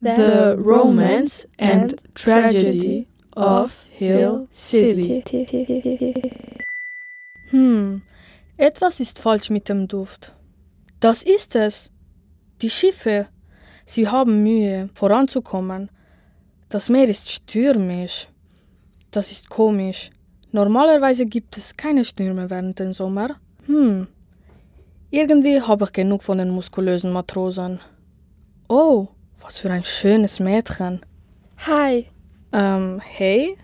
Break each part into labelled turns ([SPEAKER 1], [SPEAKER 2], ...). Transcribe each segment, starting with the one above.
[SPEAKER 1] The Romance and Tragedy of Hill City.
[SPEAKER 2] Hm, etwas ist falsch mit dem Duft. Das ist es. Die Schiffe. Sie haben Mühe, voranzukommen. Das Meer ist stürmisch. Das ist komisch. Normalerweise gibt es keine Stürme während dem Sommer. Hm. Irgendwie habe ich genug von den muskulösen Matrosen. Oh, was für ein schönes Mädchen.
[SPEAKER 1] Hi,
[SPEAKER 2] Ähm, hey?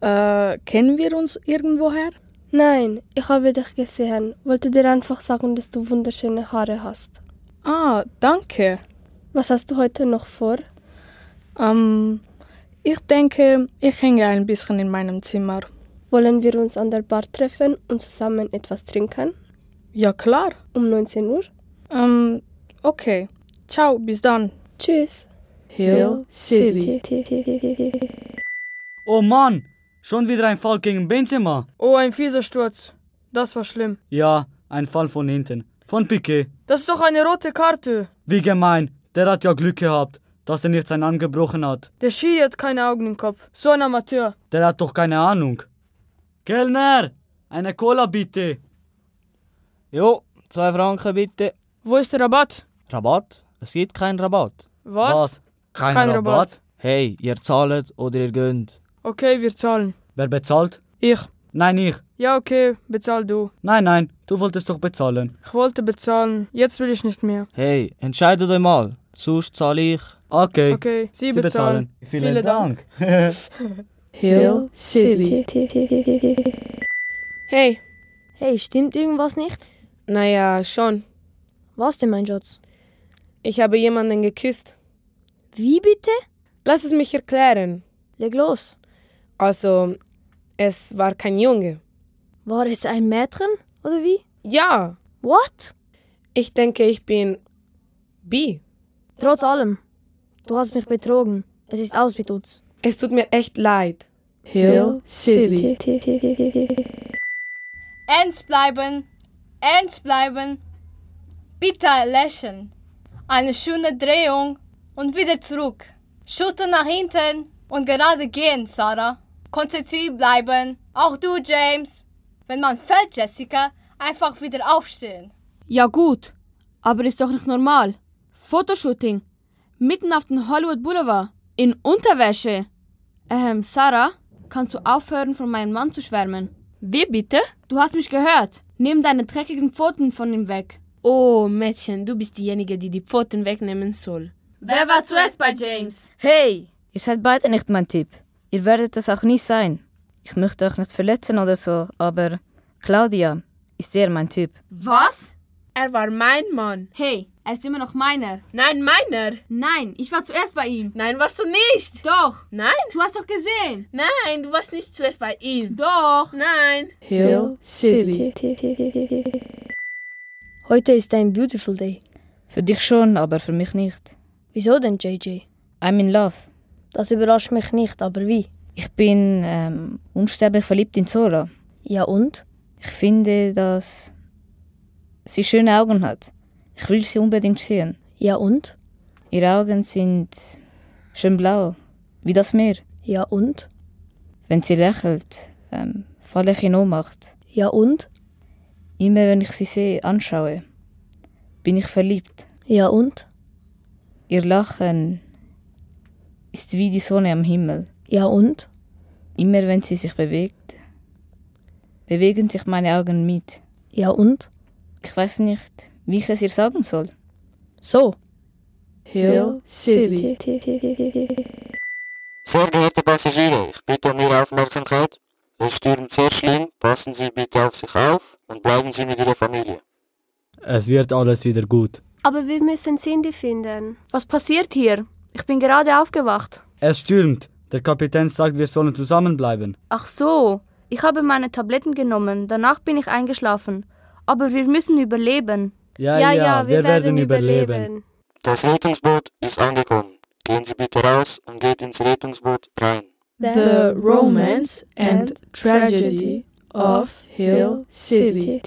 [SPEAKER 2] Äh, kennen wir uns irgendwoher?
[SPEAKER 1] nein, ich habe dich gesehen. Wollte dir einfach sagen, dass du wunderschöne Haare hast.
[SPEAKER 2] Ah, danke.
[SPEAKER 1] Was hast du heute noch vor?
[SPEAKER 2] Ähm, ich denke, ich hänge ein bisschen in meinem Zimmer.
[SPEAKER 1] Wollen wir uns an der Bar treffen und zusammen etwas trinken?
[SPEAKER 2] Ja, klar.
[SPEAKER 1] Um 19 Uhr?
[SPEAKER 2] Ähm, okay. Ciao, bis dann.
[SPEAKER 1] Tschüss.
[SPEAKER 2] Hill
[SPEAKER 3] Oh Mann, schon wieder ein Fall gegen Benzema.
[SPEAKER 4] Oh, ein fieser Sturz. Das war schlimm.
[SPEAKER 3] Ja, ein Fall von hinten. Von Piquet.
[SPEAKER 4] Das ist doch eine rote Karte.
[SPEAKER 3] Wie gemein, der hat ja Glück gehabt, dass er nicht sein Arm gebrochen hat.
[SPEAKER 4] Der Schiri hat keine Augen im Kopf. So ein Amateur.
[SPEAKER 3] Der hat doch keine Ahnung. Kellner, eine Cola bitte.
[SPEAKER 5] Jo, zwei Franken bitte.
[SPEAKER 4] Wo ist der Rabatt?
[SPEAKER 5] Rabatt? Es gibt keinen Rabatt.
[SPEAKER 4] Was?
[SPEAKER 3] Kein,
[SPEAKER 4] Kein
[SPEAKER 3] Rabatt?
[SPEAKER 4] Rabatt.
[SPEAKER 5] Hey, ihr zahlt oder ihr gönnt.
[SPEAKER 4] Okay, wir zahlen.
[SPEAKER 3] Wer bezahlt?
[SPEAKER 4] Ich.
[SPEAKER 3] Nein, ich.
[SPEAKER 4] Ja, okay, bezahl du.
[SPEAKER 3] Nein, nein, du wolltest doch bezahlen.
[SPEAKER 4] Ich wollte bezahlen. Jetzt will ich nicht mehr.
[SPEAKER 5] Hey, entscheidet euch mal. Sonst zahle ich.
[SPEAKER 3] Okay,
[SPEAKER 4] Okay,
[SPEAKER 3] Sie
[SPEAKER 4] sie, bezahlen.
[SPEAKER 3] bezahlen. Vielen,
[SPEAKER 4] Vielen Dank.
[SPEAKER 3] Dank.
[SPEAKER 2] Hill City.
[SPEAKER 6] Hey,
[SPEAKER 7] Hey, stimmt irgendwas nicht?
[SPEAKER 6] naja, schon.
[SPEAKER 7] Was denn, mein Schatz?
[SPEAKER 6] Ich habe jemanden geküsst.
[SPEAKER 7] Wie bitte?
[SPEAKER 6] Lass es mich erklären.
[SPEAKER 7] Leg los.
[SPEAKER 6] Also, es war kein Junge.
[SPEAKER 7] War es ein Mädchen oder wie?
[SPEAKER 6] Ja,
[SPEAKER 7] What?
[SPEAKER 6] ich denke, ich bin bi.
[SPEAKER 7] Trotz allem, du hast mich betrogen. Es ist aus mit uns.
[SPEAKER 6] Es tut mir echt leid.
[SPEAKER 2] Hill City.
[SPEAKER 8] Ernst bleiben, ernst bleiben. Bitte lächeln. Eine schöne Drehung und wieder zurück. Schulter nach hinten und gerade gehen, Sarah. Konzentriert bleiben. Auch du, James. Wenn man fällt, Jessica, einfach wieder aufstehen.
[SPEAKER 9] Ja gut, aber ist doch nicht normal. Fotoshooting. Mitten auf den Hollywood Boulevard. In Unterwäsche. Ähm, Sarah, kannst du aufhören, von meinem Mann zu schwärmen?
[SPEAKER 10] Wie bitte?
[SPEAKER 9] Du hast mich gehört. Nimm deine dreckigen Pfoten von ihm weg.
[SPEAKER 10] Oh, Mädchen, du bist diejenige, die die Pfoten wegnehmen soll. Wer war zuerst bei James?
[SPEAKER 11] Hey, ihr seid beide nicht mein Typ. Ihr werdet es auch nie sein. Ich möchte euch nicht verletzen oder so, aber Claudia ist eher mein Typ.
[SPEAKER 9] Was?
[SPEAKER 10] Er war mein Mann.
[SPEAKER 9] Hey, er ist immer noch meiner.
[SPEAKER 10] Nein, meiner.
[SPEAKER 9] Nein, ich war zuerst bei ihm.
[SPEAKER 10] Nein, warst du nicht.
[SPEAKER 9] Doch,
[SPEAKER 10] Nein,
[SPEAKER 9] du hast doch gesehen.
[SPEAKER 10] nein, du warst nicht zuerst bei ihm.
[SPEAKER 9] Doch.
[SPEAKER 10] Nein.
[SPEAKER 2] Hill City.
[SPEAKER 7] Heute ist ein beautiful day.
[SPEAKER 11] Für dich schon, aber für mich nicht.
[SPEAKER 7] Wieso denn, JJ?
[SPEAKER 11] I'm in love.
[SPEAKER 7] Das überrascht mich nicht, aber wie?
[SPEAKER 11] Ich bin ähm, unsterblich verliebt in Zora.
[SPEAKER 7] Ja und?
[SPEAKER 11] Ich finde, dass sie schöne Augen hat. Ich will sie unbedingt sehen.
[SPEAKER 7] Ja und?
[SPEAKER 11] Ihre Augen sind schön blau, wie das Meer.
[SPEAKER 7] Ja und?
[SPEAKER 11] Wenn sie lächelt, ähm, falle ich in Ohnmacht.
[SPEAKER 7] Ja und?
[SPEAKER 11] Immer wenn ich sie sehe, anschaue, bin ich verliebt.
[SPEAKER 7] Ja und?
[SPEAKER 11] Ihr Lachen ist wie die Sonne am Himmel.
[SPEAKER 7] Ja und?
[SPEAKER 11] Immer wenn sie sich bewegt, bewegen sich meine Augen mit.
[SPEAKER 7] Ja und?
[SPEAKER 11] Ich weiß nicht, wie ich es ihr sagen soll.
[SPEAKER 7] So.
[SPEAKER 2] Hill City.
[SPEAKER 12] Sehr geehrte Passagiere, ich bitte um Ihre Aufmerksamkeit. Es stürmt sehr schlimm, passen Sie bitte auf sich auf und bleiben Sie mit Ihrer Familie.
[SPEAKER 3] Es wird alles wieder gut.
[SPEAKER 1] Aber wir müssen Cindy finden.
[SPEAKER 10] Was passiert hier? Ich bin gerade aufgewacht.
[SPEAKER 3] Es stürmt. Der Kapitän sagt, wir sollen zusammenbleiben.
[SPEAKER 10] Ach so, ich habe meine Tabletten genommen, danach bin ich eingeschlafen. Aber wir müssen überleben.
[SPEAKER 1] Ja, ja, wir, werden, überleben.
[SPEAKER 12] Das Rettungsboot ist angekommen. Gehen Sie bitte raus und geht ins Rettungsboot rein.
[SPEAKER 1] The
[SPEAKER 2] The Romance and Tragedy of Hill City.